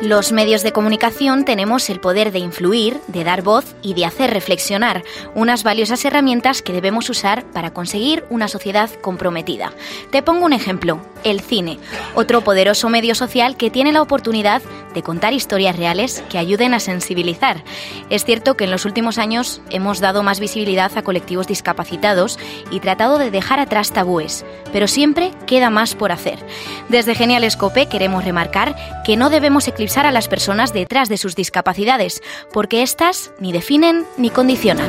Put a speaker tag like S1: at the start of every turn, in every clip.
S1: Los medios de comunicación tenemos el poder de influir, de dar voz y de hacer reflexionar, unas valiosas herramientas que debemos usar para conseguir una sociedad comprometida. Te pongo un ejemplo, el cine, otro poderoso medio social que tiene la oportunidad de contar historias reales que ayuden a sensibilizar. Es cierto que en los últimos años hemos dado más visibilidad a colectivos discapacitados y tratado de dejar atrás tabúes, pero siempre queda más por hacer. Desde Genial Escope queremos remarcar que no debemos eclipsar a las personas detrás de sus discapacidades, porque éstas ni definen ni condicionan.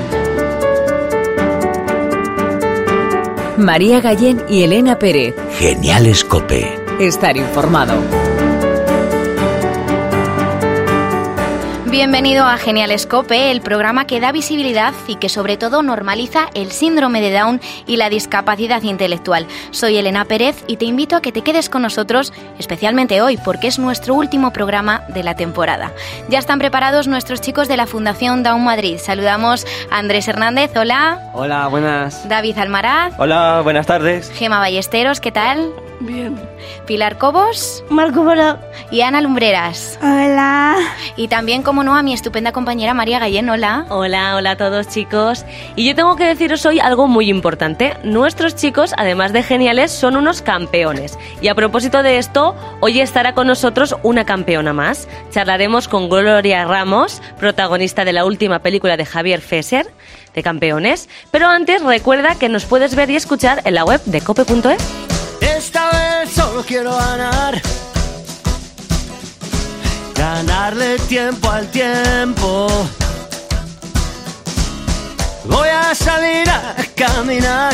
S2: María Gallén y Elena Pérez.
S3: Geniales Cope.
S2: Estar informado.
S1: Bienvenido a Genial Escope, el programa que da visibilidad y que sobre todo normaliza el síndrome de Down y la discapacidad intelectual. Soy Elena Pérez y te invito a que te quedes con nosotros, especialmente hoy, porque es nuestro último programa de la temporada. Ya están preparados nuestros chicos de la Fundación Down Madrid. Saludamos a Andrés Hernández, hola.
S4: Hola, buenas.
S1: David Almaraz.
S5: Hola, buenas tardes.
S1: Gema Ballesteros, ¿qué tal?
S6: Bien.
S1: Pilar Cobos.
S7: Marco Polo.
S1: Y Ana Lumbreras.
S8: Hola.
S1: Y también, como no, a mi estupenda compañera María Gallén. Hola.
S9: Hola, hola a todos, chicos. Y yo tengo que deciros hoy algo muy importante. Nuestros chicos, además de geniales, son unos campeones. Y a propósito de esto, hoy estará con nosotros una campeona más. Charlaremos con Gloria Ramos, protagonista de la última película de Javier Fesser de campeones, pero antes recuerda que nos puedes ver y escuchar en la web de cope.es.
S10: Esta vez solo quiero ganar. Ganarle tiempo al tiempo. Voy a salir a caminar.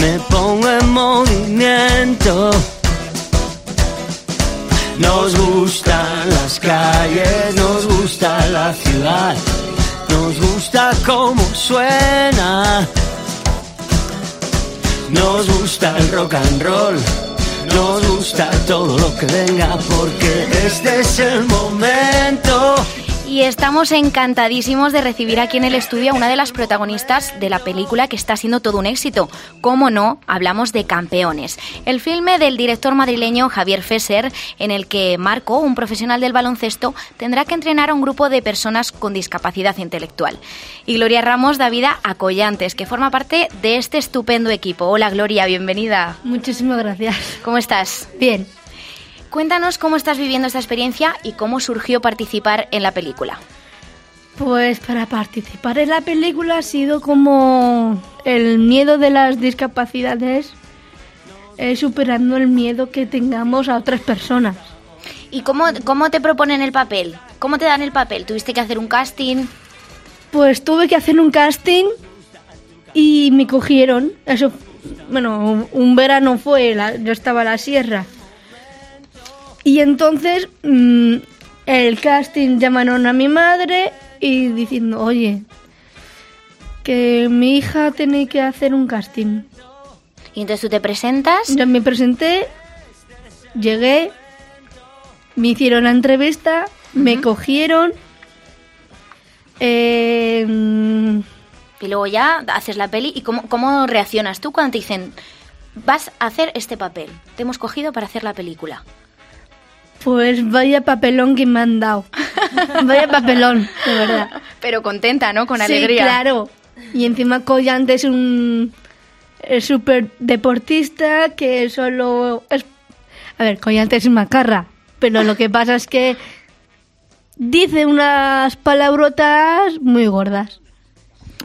S10: Me pongo en movimiento. Nos gustan las calles, nos gusta la ciudad, nos gusta cómo suena. Nos gusta el rock and roll, nos gusta todo lo que venga porque este es el momento.
S1: Y estamos encantadísimos de recibir aquí en el estudio a una de las protagonistas de la película que está siendo todo un éxito. Como no, hablamos de Campeones, el filme del director madrileño Javier Fesser, en el que Marco, un profesional del baloncesto, tendrá que entrenar a un grupo de personas con discapacidad intelectual. Y Gloria Ramos Davida Acollantes, que forma parte de este estupendo equipo. Hola Gloria, bienvenida.
S11: Muchísimas gracias.
S1: ¿Cómo estás?
S11: Bien.
S1: Cuéntanos cómo estás viviendo esta experiencia y cómo surgió participar en la película.
S11: Pues para participar en la película ha sido como el miedo de las discapacidades, eh, superando el miedo que tengamos a otras personas.
S1: ¿Y cómo, cómo te proponen el papel? ¿Cómo te dan el papel? ¿Tuviste que hacer un casting?
S11: Pues tuve que hacer un casting y me cogieron. Eso, bueno, un verano fue, la, yo estaba en la sierra. Y entonces mmm, el casting llamaron a mi madre y diciendo, oye, que mi hija tiene que hacer un casting.
S1: ¿Y entonces tú te presentas?
S11: Yo me presenté, llegué, me hicieron la entrevista, uh -huh. me cogieron. Eh,
S1: y luego ya haces la peli. ¿Y cómo, cómo reaccionas tú cuando te dicen, vas a hacer este papel? Te hemos cogido para hacer la película.
S11: Pues vaya papelón que me han dado. Vaya papelón, de verdad.
S1: Pero contenta, ¿no? Con alegría.
S11: Sí, claro. Y encima Collante es un súper deportista que solo es... A ver, Collante es una carra, pero lo que pasa es que dice unas palabrotas muy gordas.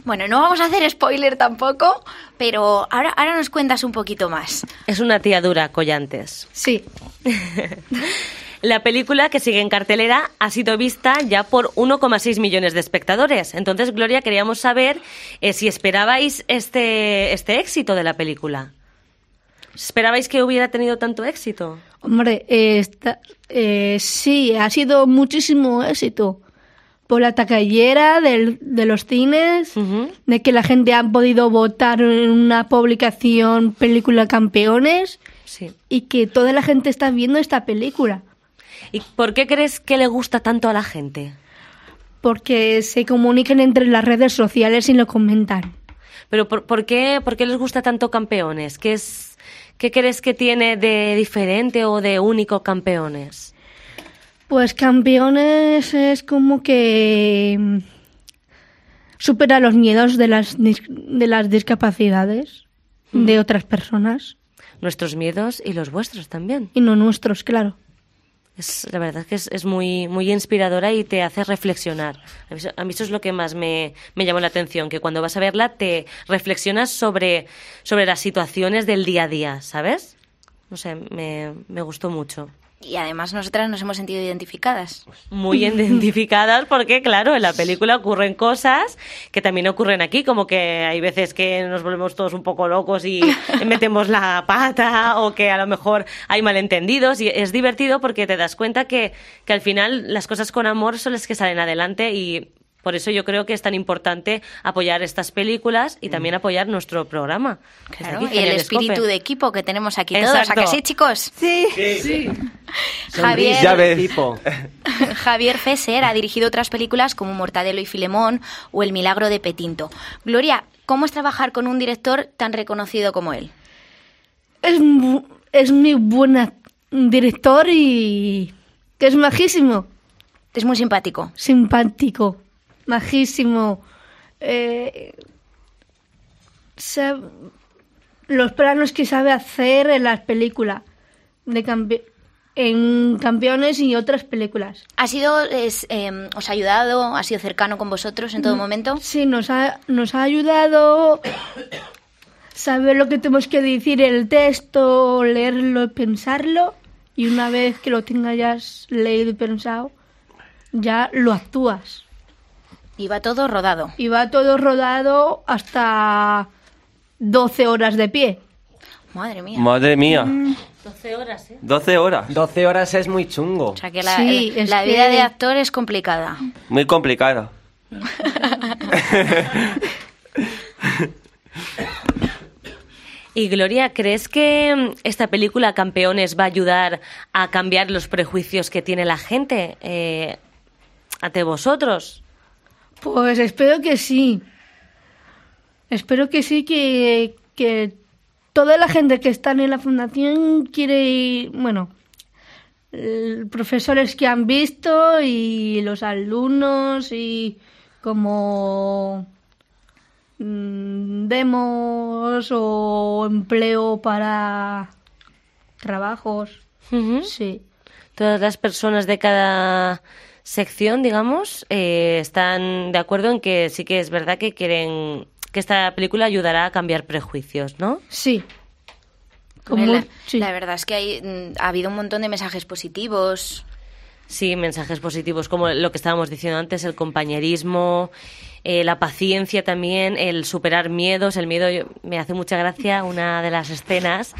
S1: Bueno, no vamos a hacer spoiler tampoco, pero ahora, ahora nos cuentas un poquito más.
S9: Es una tía dura, Collantes.
S11: Sí.
S9: La película que sigue en cartelera ha sido vista ya por 1,6 millones de espectadores. Entonces, Gloria, queríamos saber eh, si esperabais este, este éxito de la película. ¿Esperabais que hubiera tenido tanto éxito?
S11: Hombre, eh, esta, eh, sí, ha sido muchísimo éxito por la tacallera del, de los cines, uh -huh. de que la gente ha podido votar en una publicación película campeones
S9: sí.
S11: y que toda la gente está viendo esta película.
S9: ¿Y por qué crees que le gusta tanto a la gente?
S11: Porque se comunican entre las redes sociales y lo comentan.
S9: Pero ¿por, por qué, por qué les gusta tanto campeones? ¿Qué, es, ¿Qué crees que tiene de diferente o de único campeones?
S11: Pues campeones es como que mm, supera los miedos de las, dis- de las discapacidades de otras personas
S9: Nuestros miedos y los vuestros también.
S11: y no nuestros, claro.
S9: Es, la verdad es que es, es muy, muy inspiradora y te hace reflexionar. A mí, eso- a mí eso es lo que más me, me llamó la atención, que cuando vas a verla te reflexionas sobre, sobre las situaciones del día a día, ¿sabes? No sé, me, me gustó mucho.
S1: Y además nosotras nos hemos sentido identificadas.
S9: Muy identificadas porque, claro, en la película ocurren cosas que también ocurren aquí, como que hay veces que nos volvemos todos un poco locos y metemos la pata o que a lo mejor hay malentendidos y es divertido porque te das cuenta que, que al final las cosas con amor son las que salen adelante y por eso yo creo que es tan importante apoyar estas películas y también apoyar nuestro programa. que está
S1: Mm. Claro,
S9: aquí,
S1: y el
S9: Genial
S1: espíritu
S9: Scope.
S1: de equipo que tenemos aquí todos. ¿A
S9: Exacto.
S1: que sí, chicos?
S3: Sí.
S1: Javier,
S4: Ya ves.
S10: Tipo.
S1: Javier Fesser ha dirigido otras películas como Mortadelo y Filemón o El milagro de Petinto. Gloria, ¿cómo es trabajar con un director tan reconocido como él?
S11: Es, mu- es muy buen director y que es majísimo,
S1: Es muy simpático.
S11: simpático, majísimo. eh, sab- los planos que sabe hacer en las películas, de campe- en campeones y otras películas.
S1: ¿Ha sido, es, eh, os ha ayudado, ha sido cercano con vosotros en todo
S9: Mm.
S1: momento?
S11: Sí, nos ha, nos ha ayudado saber lo que tenemos que decir, el texto, leerlo, pensarlo. Y una vez que lo tengas leído y pensado, ya lo actúas.
S1: Y va todo rodado.
S11: Y va todo rodado hasta 12 horas de pie.
S1: Madre mía.
S9: Mm.
S4: Madre mía.
S9: 12 horas, ¿eh?
S4: 12 horas.
S10: 12 horas es muy chungo.
S1: O sea que la,
S11: Sí,
S1: la-
S11: es
S1: la vida
S11: que-
S1: de actor es complicada.
S4: Muy complicada.
S9: Y Gloria, ¿crees que mm, esta película Campeones va a ayudar a cambiar los prejuicios que tiene la gente eh, ante vosotros?
S11: Pues espero que sí. Espero que sí, que, que toda la gente que está en la fundación quiere ir, bueno, el- profesores que han visto y los alumnos y como mm, demos o empleo para trabajos.
S9: Ujú.
S11: Sí.
S9: Todas las personas de cada sección, digamos, eh, están de acuerdo en que sí que es verdad que quieren que esta película ayudará a cambiar prejuicios, ¿no?
S11: Sí.
S1: Hombre,
S11: Como,
S1: la,
S11: sí.
S1: la verdad es que hay, mm, ha habido un montón de mensajes positivos.
S9: Sí, mensajes positivos como lo que estábamos diciendo antes, el compañerismo, eh, la paciencia también, el superar miedos. El miedo yo- me hace mucha gracia una de las escenas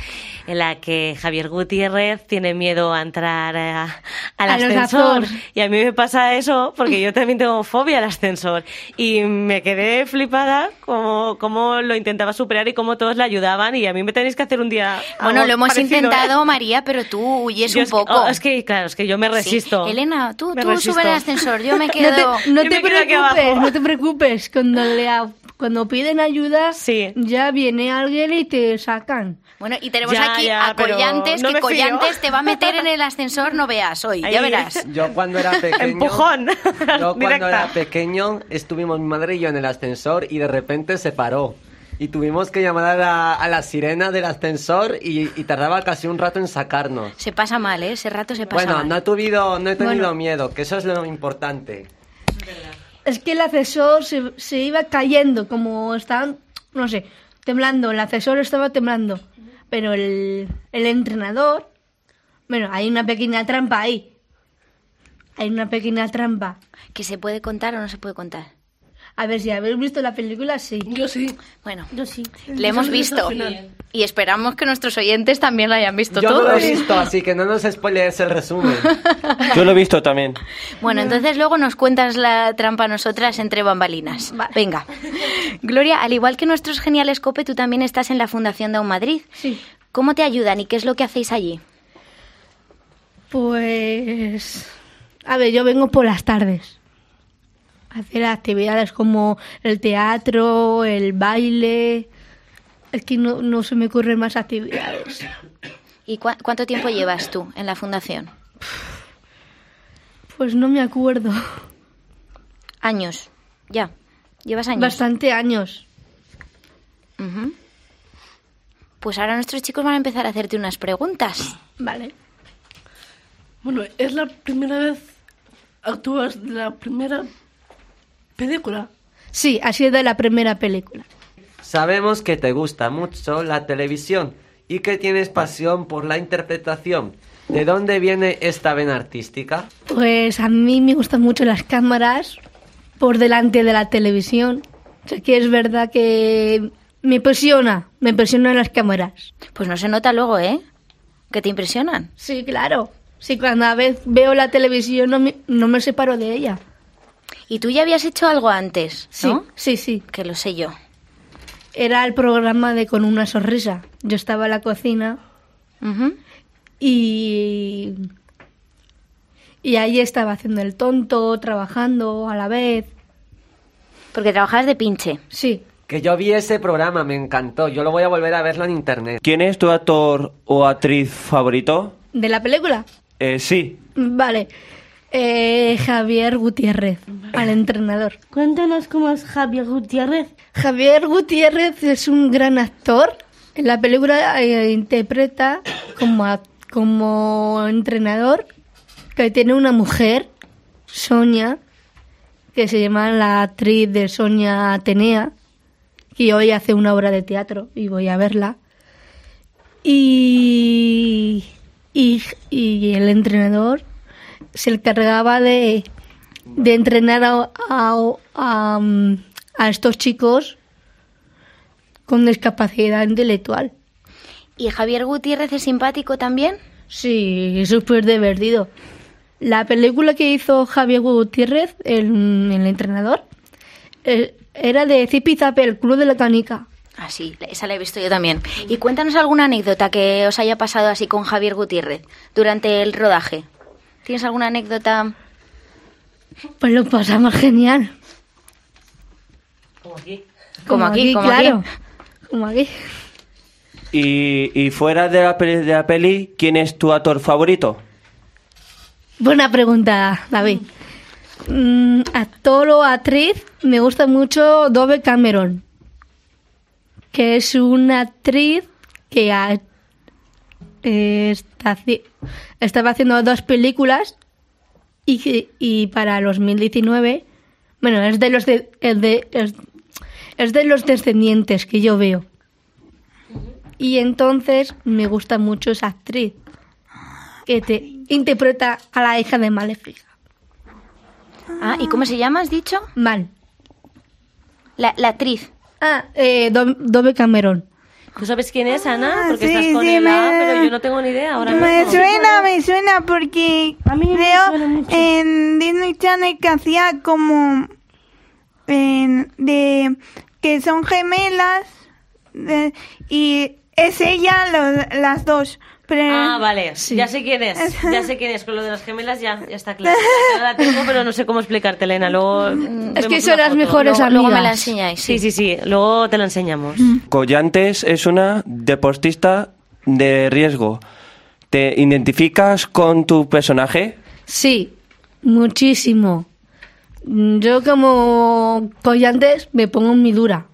S9: en la que Javier Gutiérrez tiene miedo a entrar eh, a- al
S11: A los
S9: ascensor.
S11: ascensores.
S9: Y a mí me pasa eso porque yo también tengo fobia al ascensor. Y me quedé flipada como, como lo intentaba superar y cómo todos le ayudaban. Y a mí me tenéis que hacer un día.
S1: Bueno,
S9: algo
S1: lo hemos
S9: parecido, ¿eh?
S1: intentado, María, pero tú huyes
S9: Yo
S1: un
S9: es que-
S1: poco.
S9: oh, es que, claro, es que yo me
S1: Sí.
S9: resisto.
S1: Elena, tú,
S9: Me
S1: tú sube
S9: resisto.
S1: al ascensor, yo me
S11: No te,
S1: quedo...
S11: no
S9: Yo
S11: te
S9: me quedo aquí
S11: preocupes,
S9: abajo.
S11: no te preocupes. Cuando, le a- cuando piden ayuda,
S9: Sí.
S11: ya viene alguien y te sacan.
S1: Bueno, y tenemos
S9: Ya,
S1: aquí
S9: ya,
S1: a
S9: pero
S1: Collantes,
S9: no
S1: que
S9: me fío.
S1: Collantes te va a meter en el ascensor, no veas hoy, ya
S9: Ahí.
S1: verás.
S10: Yo cuando era pequeño...
S9: Empujón.
S10: Yo cuando
S9: Directa.
S10: era pequeño estuvimos mi madre y yo en el ascensor y de repente se paró. Y tuvimos que llamar a la, a la sirena del ascensor y, y tardaba casi un rato en sacarnos.
S1: Se pasa mal, ¿eh? Ese rato se pasa
S10: Bueno,
S1: mal.
S10: no he, tuvido- no he tenido
S11: Bueno.
S10: miedo, que eso es lo importante.
S11: Es que el asesor se, se iba cayendo, como estaban, no sé, temblando. El asesor estaba temblando. Pero el, el entrenador. Bueno, hay una pequeña trampa ahí. Hay una pequeña trampa.
S1: ¿Que se puede contar o no se puede contar?
S11: A ver si habéis visto la película, sí.
S1: Bueno, le hemos visto y esperamos que nuestros oyentes también la hayan visto
S10: Yo no
S1: todos.
S10: lo he visto, así que no nos spoilees el resumen.
S4: Yo lo he visto también.
S1: Bueno, entonces luego nos cuentas la trampa a nosotras entre bambalinas. Venga. Gloria, al igual que nuestros geniales COPE, tú también estás en la Fundación Down Madrid.
S11: Sí.
S1: ¿Cómo te ayudan y qué es lo que hacéis allí?
S11: Pues. A ver, yo vengo por las tardes. hacer actividades como el teatro, el baile. Es que no, no se me ocurren más actividades.
S1: ¿Y cua- cuánto tiempo llevas tú en la fundación?
S11: Pues no me acuerdo.
S1: Años, ya. Llevas años.
S11: Bastante años.
S1: Ujú. Pues ahora nuestros chicos van a empezar a hacerte unas preguntas.
S11: Vale.
S3: Bueno, es la primera vez actúas de la primera película.
S11: Sí, así es de la primera película.
S10: Sabemos que te gusta mucho la televisión y que tienes pasión por la interpretación. ¿De dónde viene esta vena artística?
S11: Pues a mí me gustan mucho las cámaras por delante de la televisión. O sea que es verdad que me impresiona, me impresionan las cámaras.
S1: Pues no se nota luego, ¿eh? Que te impresionan.
S11: Sí, claro. Sí, cada vez veo la televisión no me, no me separo de ella.
S1: Y tú ya habías hecho algo antes,
S11: Sí,
S1: ¿no?
S11: sí, sí.
S1: Que lo sé yo.
S11: Era el programa de Con una sonrisa. Yo estaba en la cocina
S1: Ujú.
S11: y... Y ahí estaba haciendo el tonto, trabajando a la vez.
S1: Porque trabajabas de pinche.
S11: Sí,
S10: Que yo vi ese programa, me encantó. Yo lo voy a volver a verlo en internet.
S4: ¿Quién es tu actor o actriz favorito?
S11: de la película.
S4: Eh, sí.
S11: Vale. Eh, Javier Gutiérrez, al entrenador.
S5: Cuéntanos cómo es Javier Gutiérrez.
S11: Javier Gutiérrez es un gran actor. En la película eh, interpreta como, ac- como entrenador que tiene una mujer, Sonia, que se llama la actriz de Sonia Atenea, que hoy hace una obra de teatro y voy a verla. Y, y, y el entrenador se encargaba de, de entrenar a, a- a, mm, a estos chicos con discapacidad intelectual.
S1: ¿Y Javier Gutiérrez es simpático también?
S11: Sí, es súper divertido. La película que hizo Javier Gutiérrez, el, el entrenador, eh, era de Zipizape, el club de la canica.
S1: Ah, sí, esa la he visto yo también. Y cuéntanos alguna anécdota que os haya pasado así con Javier Gutiérrez durante el rodaje. ¿Tienes alguna anécdota?
S11: Pues lo pasamos genial.
S1: Como aquí, como aquí.
S11: claro. Como aquí.
S4: Y, y fuera de la, peli, de la peli, ¿quién es tu actor favorito?
S11: Buena pregunta, David. Mm, actor o actriz, me gusta mucho Dove Cameron, que es una actriz que ha- eh, está haci- estaba haciendo dos películas y, que- y para los 2019, bueno, es de los de- es de- es- es de los descendientes que yo veo. Y entonces me gusta mucho esa actriz que te interpreta a la hija de Maléfica.
S1: Ah, ¿y cómo se llama, has dicho?
S11: Mal.
S1: La, la actriz.
S11: Ah, eh, Do- Dove Cameron.
S9: ¿Tú sabes quién es, Ana?
S5: Ah,
S9: Porque
S5: sí,
S9: estás con
S5: sí,
S9: él,
S5: me-
S9: ah, pero yo no tengo ni idea ahora
S5: me
S9: mismo.
S5: suena, me suena porque
S3: A mí me suena
S5: creo
S3: mucho.
S5: en Disney Channel que hacía como en- de que son gemelas de- y es ella lo- las dos. Pero
S9: Ah, vale. Ya sé quién es. Ya sé quién es. Con lo de las gemelas ya, ya está claro. Ahora la tengo, pero no sé cómo explicarte, Elena. Luego
S1: Mm,
S11: Es que
S9: vemos
S11: son
S9: una
S11: las
S9: foto.
S11: mejores
S1: Luego,
S11: amigas.
S1: luego me la enseñáis.
S9: Sí, sí, sí. Luego te la enseñamos.
S5: Mm.
S4: Collantes es una deportista de riesgo. ¿Te identificas con tu personaje?
S11: Sí, muchísimo. Mm, Yo como collantes me pongo muy dura.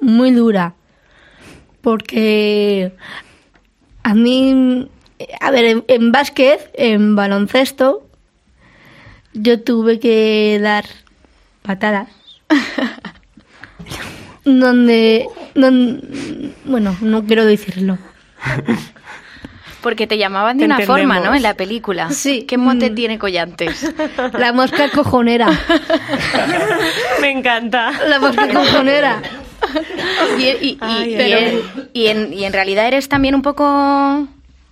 S11: Muy dura. Porque a mí, a ver, en, en básquet, en baloncesto, yo tuve que dar patadas. donde, don- bueno, no quiero decirlo.
S1: Porque te llamaban de
S9: Te
S1: una forma,
S9: entendemos.
S1: ¿no? En la película.
S11: Sí.
S1: ¿Qué monte
S11: Mm.
S1: tiene collantes?
S11: La mosca cojonera.
S9: Me encanta.
S11: La mosca cojonera.
S1: Y, y- y-
S9: Ay,
S1: y-
S9: pero-
S1: en- y en, y en realidad eres también un poco...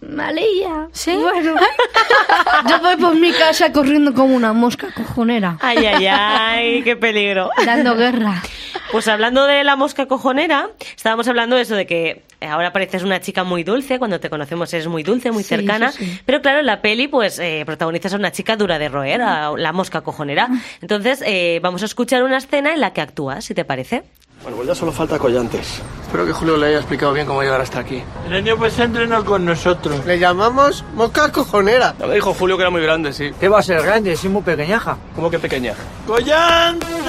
S11: Malilla.
S1: ¿Sí?
S11: Bueno. Yo voy por mi casa corriendo como una mosca cojonera,
S9: Ay, ay, ay, qué peligro.
S11: dando guerra.
S9: Pues hablando de la mosca cojonera, estábamos hablando de eso, de que eh, ahora pareces una chica muy dulce, cuando te conocemos eres muy dulce, muy
S11: Sí,
S9: cercana,
S11: sí, sí.
S9: pero claro, en la peli pues eh, protagonizas a una chica dura de roer, a la mosca cojonera. Entonces eh, vamos a escuchar una escena en la que actúas, si te parece.
S6: Bueno, pues ya solo falta collantes. Espero que Julio le haya explicado bien cómo llegar hasta aquí.
S7: El pues, año pasado entrenó con nosotros. Le llamamos mosca cojonera.
S6: Ya me dijo Julio que era muy grande, sí.
S7: ¿Qué va a ser grande? Si es muy pequeñaja.
S6: ¿Cómo que pequeña?
S7: ¡Collantes!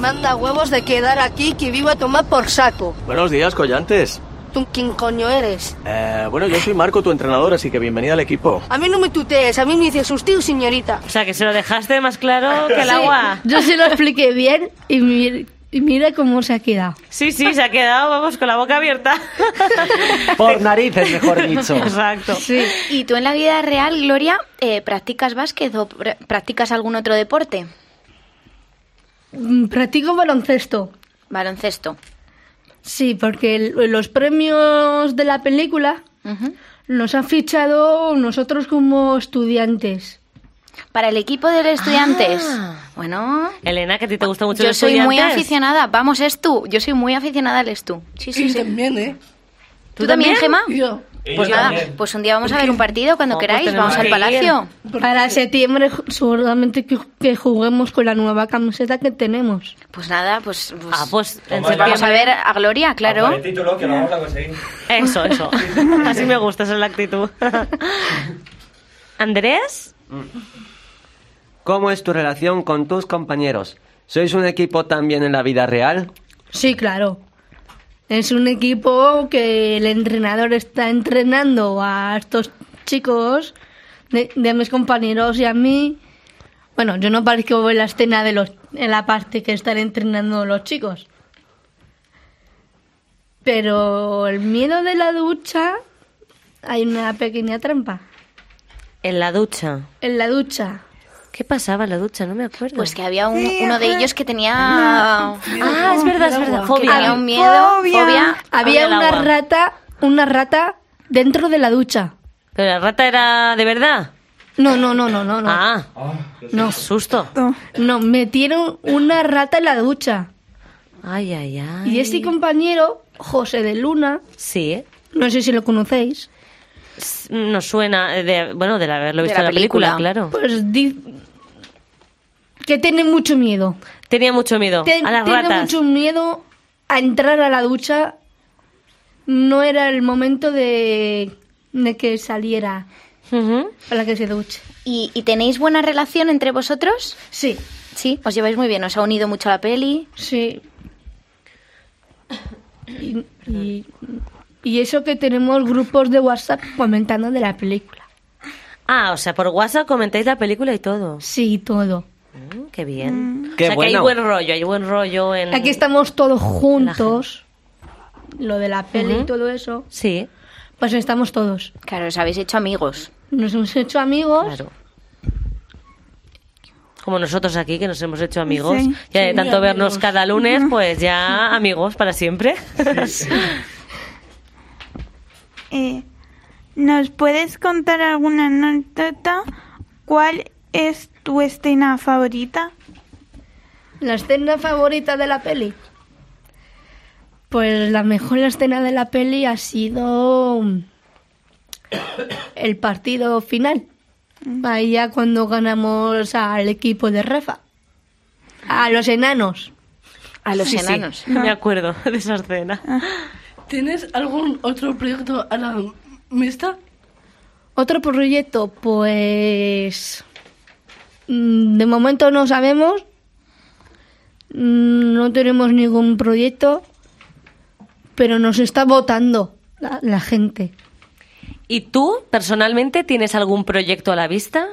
S8: Manda huevos de quedar aquí que viva a tomar por saco.
S6: Buenos días, collantes.
S8: ¿Tú quién coño eres?
S6: Eh, bueno, yo soy Marco, tu entrenador, así que bienvenida al equipo.
S8: A mí no me tutees, a mí me dices usted o señorita.
S9: O sea, que se lo dejaste más claro que el
S11: Sí,
S9: agua.
S11: Yo se lo expliqué bien y mi- y mira cómo se ha quedado.
S9: Sí, sí, se ha quedado, vamos, con la boca abierta.
S10: Por narices, mejor dicho.
S9: Exacto.
S11: Sí.
S1: ¿Y tú en la vida real, Gloria, eh, practicas básquet o pr- practicas algún otro deporte?
S11: Mm, Practico baloncesto.
S1: Baloncesto.
S11: Sí, porque el- los premios de la película
S1: Ujú.
S11: nos han fichado nosotros como estudiantes.
S1: Para el equipo de estudiantes. Bueno,
S9: Elena, que a ti te gusta mucho
S1: yo
S9: los
S1: soy muy
S9: estudiantes.
S1: aficionada. Vamos, es tú. Yo soy muy aficionada al es tú. Sí, sí,
S3: Y
S1: sí.
S3: también, ¿eh?
S1: ¿Tú también,
S12: Ah.
S1: Gemma?
S3: Yo.
S1: Pues nada, pues un día vamos a ver un partido cuando
S9: No, pues
S1: queráis.
S9: tenemos
S1: Vamos al
S9: que
S1: palacio.
S11: Para septiembre ju- seguramente que, que juguemos con la nueva camiseta que tenemos.
S1: Pues nada, pues, pues-
S9: Ah, pues en
S1: vamos a
S9: septiembre.
S1: ver a Gloria, claro.
S4: título que lo vamos a conseguir.
S9: Eso, eso. Así me gusta, esa es la actitud. Andrés,
S10: ¿Cómo es tu relación con tus compañeros? ¿Sois un equipo también en la vida real?
S11: Sí, claro. Es un equipo que el entrenador está entrenando a estos chicos, de, de mis compañeros y a mí. Bueno, yo no parezco en la escena de los, en la parte que están entrenando los chicos. Pero el miedo de la ducha, hay una pequeña trampa.
S9: en la ducha.
S11: En la ducha.
S9: ¿Qué pasaba en la ducha? No me acuerdo.
S1: Pues que había un-
S5: Sí,
S1: uno de
S5: ajá.
S1: ellos que tenía,
S9: Ah, es verdad, es verdad.
S1: que tenía
S9: Fobia.
S1: un miedo,
S5: Fobia.
S1: fobia.
S11: Había
S9: Había el
S11: una
S9: agua.
S11: rata, una rata dentro de la ducha.
S9: ¿Pero la rata era de verdad?
S11: No, no, no, no, no, no.
S9: Ah,
S11: no.
S9: qué susto.
S11: No, metieron una rata en la ducha.
S9: Ay, ay, Ah. ay.
S11: Y este compañero, José de Luna,
S9: Sí, ¿eh?
S11: no sé si lo conocéis,
S9: S- nos suena, eh, de, bueno, de haberlo
S1: De
S9: visto
S1: la
S9: en la película,
S1: película.
S9: claro.
S11: pues di- que tiene mucho miedo.
S9: Tenía mucho miedo
S11: Te-
S9: a las
S11: tiene
S9: ratas.
S11: mucho miedo a entrar a la ducha. No era el momento de, de que saliera
S9: Ujú.
S11: para que se duche.
S1: ¿Y, y tenéis buena relación entre vosotros?
S11: Sí,
S1: Sí, os lleváis muy bien, os ha unido mucho la peli.
S11: sí. Y, y- y eso que tenemos grupos de WhatsApp comentando de la película.
S9: Ah, o sea, por WhatsApp comentáis la película y todo.
S11: Sí, todo.
S9: Mm, qué bien.
S10: Qué
S9: o sea, que hay
S10: bueno.
S9: buen rollo, hay buen rollo en...
S11: Aquí estamos todos juntos. Lo de la peli
S9: Ujú.
S11: y todo eso.
S9: Sí,
S11: Pues estamos todos.
S1: Claro, os habéis hecho amigos.
S11: Nos hemos hecho amigos.
S9: claro. Como nosotros aquí, que nos hemos hecho amigos.
S5: Sí,
S9: ya de
S3: sí,
S9: tanto vernos
S3: amigos.
S9: cada lunes, pues ya amigos para siempre.
S5: Eh,
S8: ¿Nos puedes contar alguna anécdota? ¿Cuál es tu escena favorita?
S11: La escena favorita de la peli. Pues la mejor escena de la peli ha sido el partido final. Ahí ya cuando ganamos al equipo de Rafa. A los enanos.
S1: A los
S9: Ah, Sí, sí,
S1: enanos.
S9: me acuerdo de esa escena.
S3: ¿Tienes algún otro proyecto a la mixta?
S11: Otro proyecto, pues. mm, De momento no sabemos. Mm, No tenemos ningún proyecto. Pero nos está votando la, la gente.
S9: ¿Y tú, personalmente, tienes algún proyecto a la vista?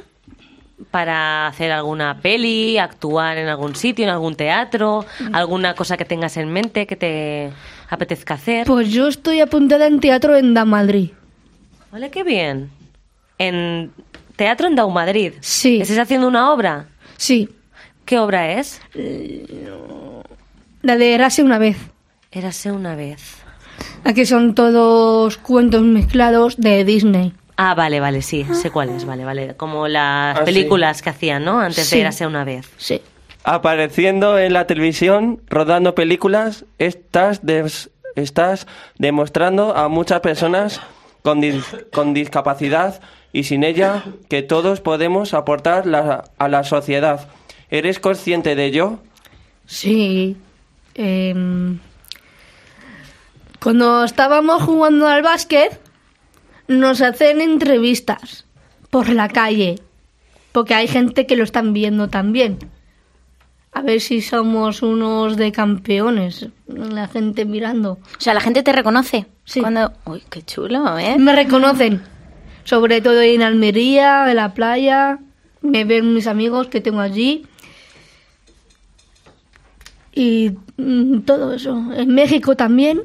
S9: Para hacer alguna peli, actuar en algún sitio, en algún teatro, alguna cosa que tengas en mente que te apetezca hacer.
S11: Pues yo estoy apuntada en teatro en Da Madrid.
S9: Hola, qué bien. En Teatro en Dau Madrid.
S11: Sí.
S9: ¿Estás haciendo una obra?
S11: Sí,
S9: ¿Qué obra es?
S11: la de Erase una vez.
S9: Érase una vez.
S11: Aquí son todos cuentos mezclados de Disney.
S9: Ah, vale, vale, sí, sé cuál es, vale, vale. Como las
S4: Ah, sí.
S9: películas que hacían, ¿no? Antes
S4: Sí.
S9: de érase una vez.
S11: Sí.
S4: Apareciendo en la televisión, rodando películas, estás, des- estás demostrando a muchas personas con, dis- con discapacidad y sin ella que todos podemos aportar la- a la sociedad. ¿Eres consciente de ello?
S11: Sí. Em, cuando estábamos jugando al básquet, nos hacen entrevistas por la calle, porque hay gente que lo están viendo también. A ver si somos unos de campeones, la gente mirando.
S1: O sea, la gente te reconoce. Cuando... Uy, qué chulo, ¿eh?
S9: Mm.
S11: Me reconocen, sobre todo en Almería, en la playa, me ven mis amigos que tengo allí. Y mm, todo eso. En México también,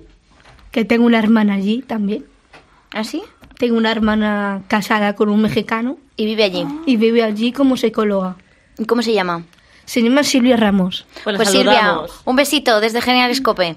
S11: que tengo una hermana allí también.
S1: ¿Ah, sí?
S11: Tengo una hermana casada con un mexicano.
S1: ¿Y vive allí?
S11: Y vive allí como psicóloga.
S1: ¿Y cómo se llama?
S11: Se llama Silvia Ramos.
S1: Pues, Silvia, un besito desde Genial Escope.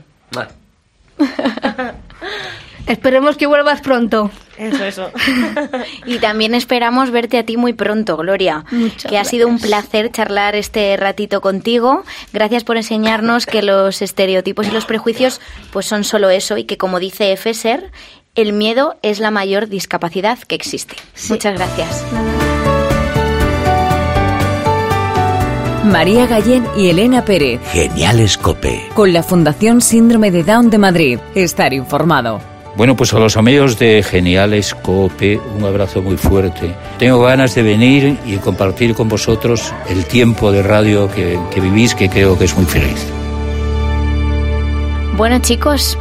S11: Esperemos que vuelvas pronto.
S1: Eso, eso. y también esperamos verte a ti muy pronto, Gloria. que ha sido un placer charlar este ratito contigo. Gracias por enseñarnos que los estereotipos y los prejuicios pues son solo eso y que como dice E Fesser, el miedo es la mayor discapacidad que existe. Muchas gracias.
S2: María Gallén y Elena Pérez.
S12: Genial Cope.
S2: Con la Fundación Síndrome de Down de Madrid. Estar informado.
S13: Bueno, pues a los amigos de Geniales Cope, un abrazo muy fuerte. Tengo ganas de venir y compartir con vosotros el tiempo de radio que, que vivís, que creo que es muy feliz.
S1: Bueno, chicos,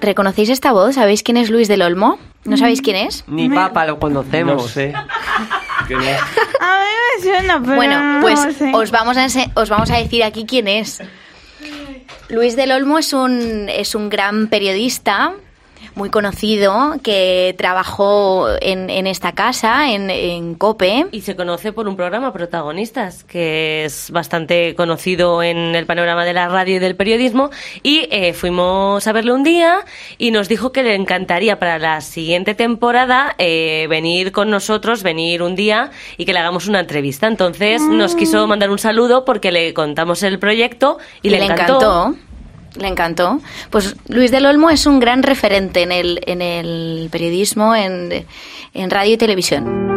S1: ¿reconocéis esta voz? ¿Sabéis quién es Luis del Olmo? ¿No sabéis quién es?
S10: Ni papa lo conocemos.
S4: No sé.
S1: A mí me suena,
S5: pero
S1: Bueno,
S5: no
S1: pues
S5: lo sé.
S1: os, vamos a, ense- os vamos a decir aquí quién es. Luis del Olmo es un, es un gran periodista muy conocido que trabajó en, en esta casa, en, en COPE.
S9: Y se conoce por un programa Protagonistas, que es bastante conocido en el panorama de la radio y del periodismo. Y eh, fuimos a verle un día y nos dijo que le encantaría para la siguiente temporada eh, venir con nosotros, venir un día y que le hagamos una entrevista. Entonces nos quiso mandar un saludo porque le contamos el proyecto y, le, encantó.
S1: Le encantó. Pues Luis del Olmo es un gran referente en el, en el periodismo, en, en radio y televisión.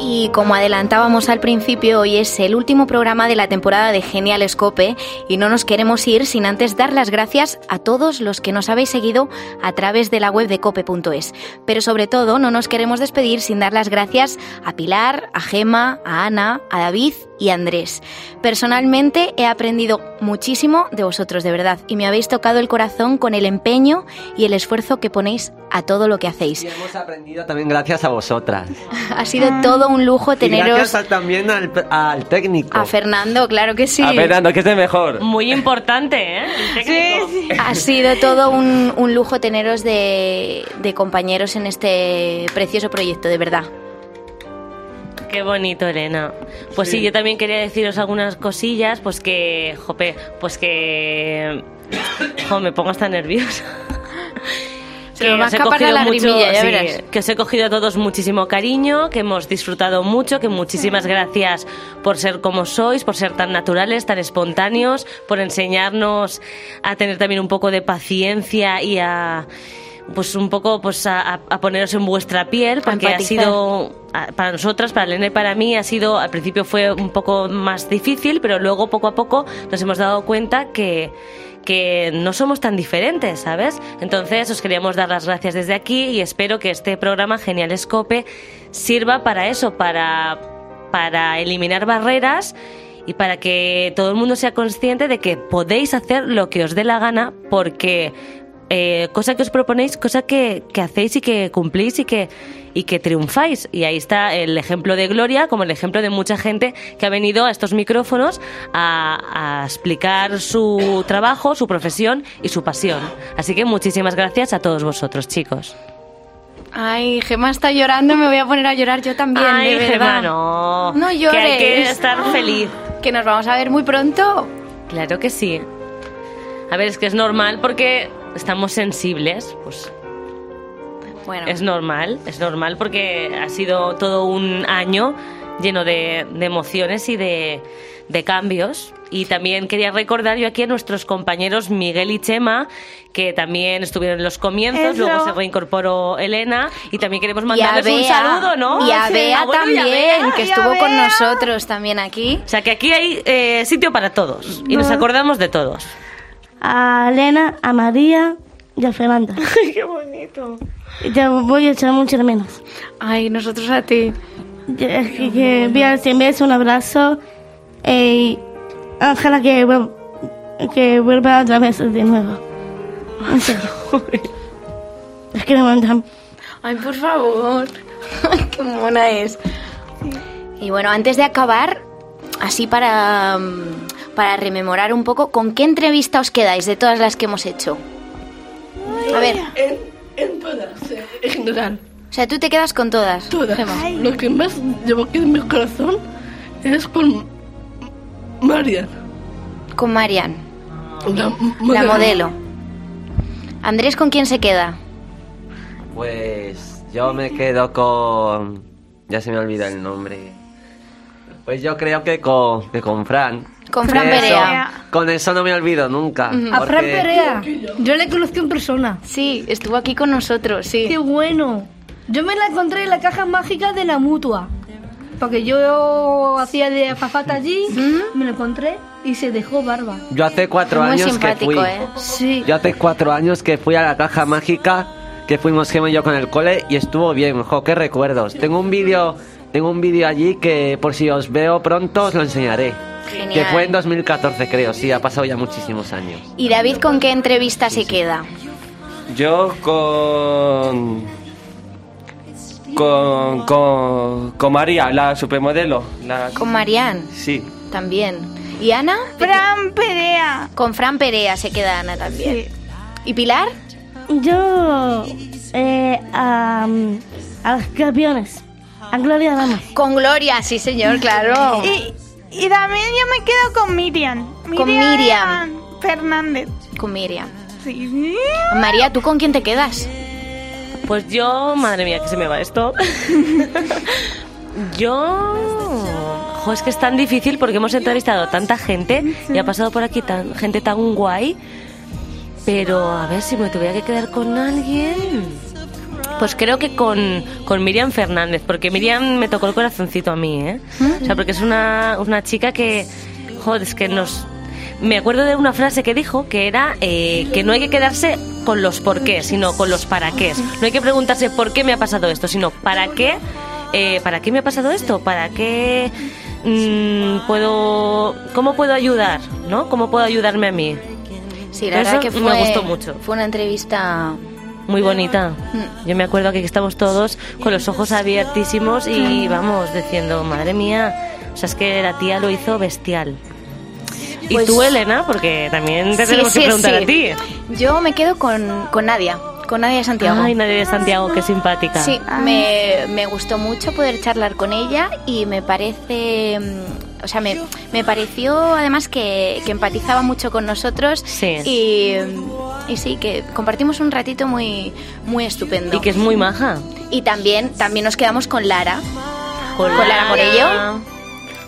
S1: Y como adelantábamos al principio, hoy es el último programa de la temporada de Genial Escope y no nos queremos ir sin antes dar las gracias a todos los que nos habéis seguido a través de la web de cope.es. Pero sobre todo no nos queremos despedir sin dar las gracias a Pilar, a Gema, a Ana, a David y a Andrés. Personalmente he aprendido muchísimo de vosotros, de verdad, y me habéis tocado el corazón con el empeño y el esfuerzo que ponéis a todo lo que hacéis.
S10: Hemos aprendido también gracias a vosotras.
S1: Ha sido todo un lujo
S10: Ah. Y
S1: teneros
S10: gracias a- también al, al técnico.
S9: Oh.
S1: A Fernando, claro que sí.
S4: A Fernando, que es el mejor.
S9: Muy importante, ¿eh?
S1: Ha sido todo un, un lujo teneros de, de compañeros en este precioso proyecto, de verdad.
S9: Qué bonito, Elena. Pues sí. yo también quería deciros algunas cosillas, pues que, jope, pues que... Jo, me pongo hasta nerviosa.
S1: Se me va a
S9: os he
S1: escapar la
S9: cogido
S1: lagrimilla, ya
S9: sí,
S1: verás.
S9: Que os he cogido a todos muchísimo cariño, que hemos disfrutado mucho, que muchísimas gracias por ser como sois, por ser tan naturales, tan espontáneos, por enseñarnos a tener también un poco de paciencia y a pues un poco pues a, a- a poneros en vuestra piel porque ha
S1: empatizar.
S9: sido a- para nosotras para Elena y para mí ha sido al principio fue un poco más difícil pero luego poco a poco nos hemos dado cuenta que que no somos tan diferentes, ¿sabes? Entonces os queríamos dar las gracias desde aquí y espero que este programa Genial Escope sirva para eso, para, para eliminar barreras y para que todo el mundo sea consciente de que podéis hacer lo que os dé la gana porque eh, cosa que os proponéis, cosa que, que hacéis y que cumplís y que, y que triunfáis. Y ahí está el ejemplo de Gloria, como el ejemplo de mucha gente que ha venido a estos micrófonos a, a explicar su trabajo, su profesión y su pasión. Así que muchísimas gracias a todos vosotros, chicos.
S12: Ay, Gemma está llorando, me voy a poner a llorar yo también,
S9: Ay,
S12: de verdad.
S9: Gemma, no.
S12: No llores.
S9: Que hay que estar feliz.
S12: Que nos vamos a ver muy pronto.
S9: Claro que sí. A ver, es que es normal porque estamos sensibles, pues
S12: Bueno,
S9: es normal, es normal porque ha sido todo un año lleno de, de emociones y de, de cambios. Y también quería recordar yo aquí a nuestros compañeros Miguel y Chema, que también estuvieron en los comienzos,
S12: Eso.
S9: luego se reincorporó Elena, y también queremos
S12: y a
S9: mandarles un
S12: Bea.
S9: saludo, ¿no?
S12: Y a
S9: Sí.
S12: Bea
S9: Ah, bueno, y a
S12: también,
S9: Bea.
S12: que estuvo con nosotros también aquí.
S9: O sea que aquí hay eh, sitio para todos, y nos
S14: Vale.
S9: acordamos de todos.
S14: A Elena, a María y a Fernanda.
S12: ¡Qué bonito!
S14: Ya voy a echar mucho de menos.
S12: Ay, nosotros a ti.
S14: Que, que voy a enviarles un abrazo. Y ojalá que, vuel- que vuelva otra vez de nuevo. En serio. es que me mandan.
S12: Ay, por favor. Qué mona es.
S1: Y bueno, antes de acabar, así para, mm, para rememorar un poco, ¿con qué entrevista os quedáis de todas las que hemos hecho? A ver.
S3: En, en todas, eh, en general.
S1: O sea, tú te quedas con todas.
S3: Todas.
S1: Gemma.
S3: Lo que más llevo aquí en mi corazón es con Marian.
S1: Con Marian,
S3: La,
S1: la modelo. Andrés, ¿con quién se queda?
S10: Pues yo me quedo con... Ya se me olvida el nombre. Pues yo creo que con, que con Fran.
S1: Con Fran
S10: Eso-
S1: Perea.
S10: Con eso no me olvido nunca.
S11: Mm. A Fran
S10: porque-
S11: Perea. Yo le conozco en persona.
S12: Sí, estuvo aquí con nosotros, sí.
S11: Qué bueno. Yo me la encontré en la caja mágica de la mutua. Porque yo hacía de azafata allí, me la encontré y se dejó barba.
S10: Yo hace cuatro años que fui.
S1: ¿eh?
S11: Sí.
S10: Yo hace cuatro años que fui a la caja mágica, que fuimos Gemma y yo con el cole y estuvo bien, jo, qué recuerdos. Tengo un vídeo, tengo un vídeo allí que por si os veo pronto os lo enseñaré.
S1: Genial.
S10: Que fue en 2014 creo, sí, ha pasado ya muchísimos años.
S1: ¿Y David con qué entrevista se queda?
S4: Yo con... Con, con, con María, la supermodelo. La...
S1: Con Marian,
S4: Sí.
S1: también. ¿Y Ana? Fran Perea. Con Fran Perea se queda Ana también. ¿Y Pilar?
S14: Yo. Eh, a, a los campeones. A Gloria Damas.
S1: Con Gloria, sí, señor, claro.
S5: Y, y también yo me quedo con Miriam.
S1: Con Miriam.
S5: Fernández.
S1: Con Miriam. María, ¿tú con quién te quedas?
S9: Pues yo, madre mía, que se me va esto. yo. Jo, es que es tan difícil porque hemos entrevistado a tanta gente y ha pasado por aquí tan, gente tan guay. Pero a ver si me tuviera que quedar con alguien. Pues creo que con, con Miriam Fernández, porque Miriam me tocó el corazoncito a mí, ¿eh? O sea, porque es una, una chica que. Joder, es que nos. Me acuerdo de una frase que dijo que era eh, que no hay que quedarse con los por qué, sino con los para qué. No hay que preguntarse por qué me ha pasado esto, sino para qué, eh, para qué me ha pasado esto, para qué mm, puedo, cómo puedo ayudar, ¿no? ¿Cómo puedo ayudarme a mí?
S1: Sí, la verdad
S9: Eso
S1: que fue,
S9: me gustó mucho.
S1: Fue una entrevista
S9: Muy bonita. Yo me acuerdo que aquí estamos todos con los ojos abiertísimos y vamos diciendo, madre mía, o sea, es que la tía lo hizo bestial. Y
S1: Pues-
S9: tú, Elena, porque también te
S1: Sí,
S9: tenemos
S1: sí,
S9: que preguntar
S1: sí.
S9: a ti.
S1: Yo me quedo con, con Nadia, con Nadia Santiago.
S9: Ay, nadie de Santiago, qué simpática.
S1: Sí, me, me gustó mucho poder charlar con ella y me parece... mm, O sea, me, me pareció además que, que empatizaba mucho con nosotros y, y sí, que compartimos un ratito muy, muy estupendo.
S9: Y que es muy maja.
S1: Y también, también nos quedamos con Lara.
S9: Con
S1: Con Lara
S9: Morello.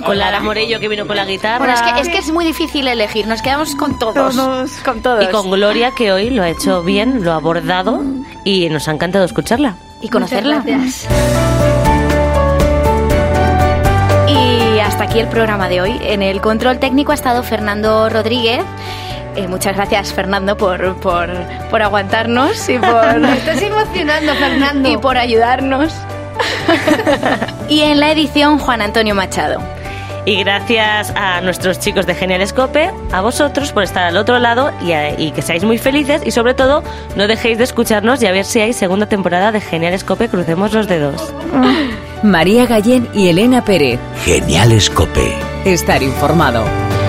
S9: Con Lara Morello, que vino con la guitarra.
S1: Bueno, es que, es que es muy difícil elegir, nos quedamos con todos. Con todos.
S9: Y con Gloria, que hoy lo ha hecho bien, lo ha abordado y nos ha encantado escucharla.
S1: y conocerla. Y hasta aquí el programa de hoy. En el control técnico ha estado Fernando Rodríguez. Eh, muchas gracias, Fernando, por, por, por aguantarnos y por...
S11: Me estás emocionando, Fernando.
S1: Y por ayudarnos. y en la edición, Juan Antonio Machado.
S9: Y gracias a nuestros chicos de Genial Escope, a vosotros por estar al otro lado y, a- y que seáis muy felices y sobre todo no dejéis de escucharnos y a ver si hay segunda temporada de Genial Escope, crucemos los dedos.
S2: María Gallén y Elena Pérez.
S15: Genial Escope.
S2: Estar informado.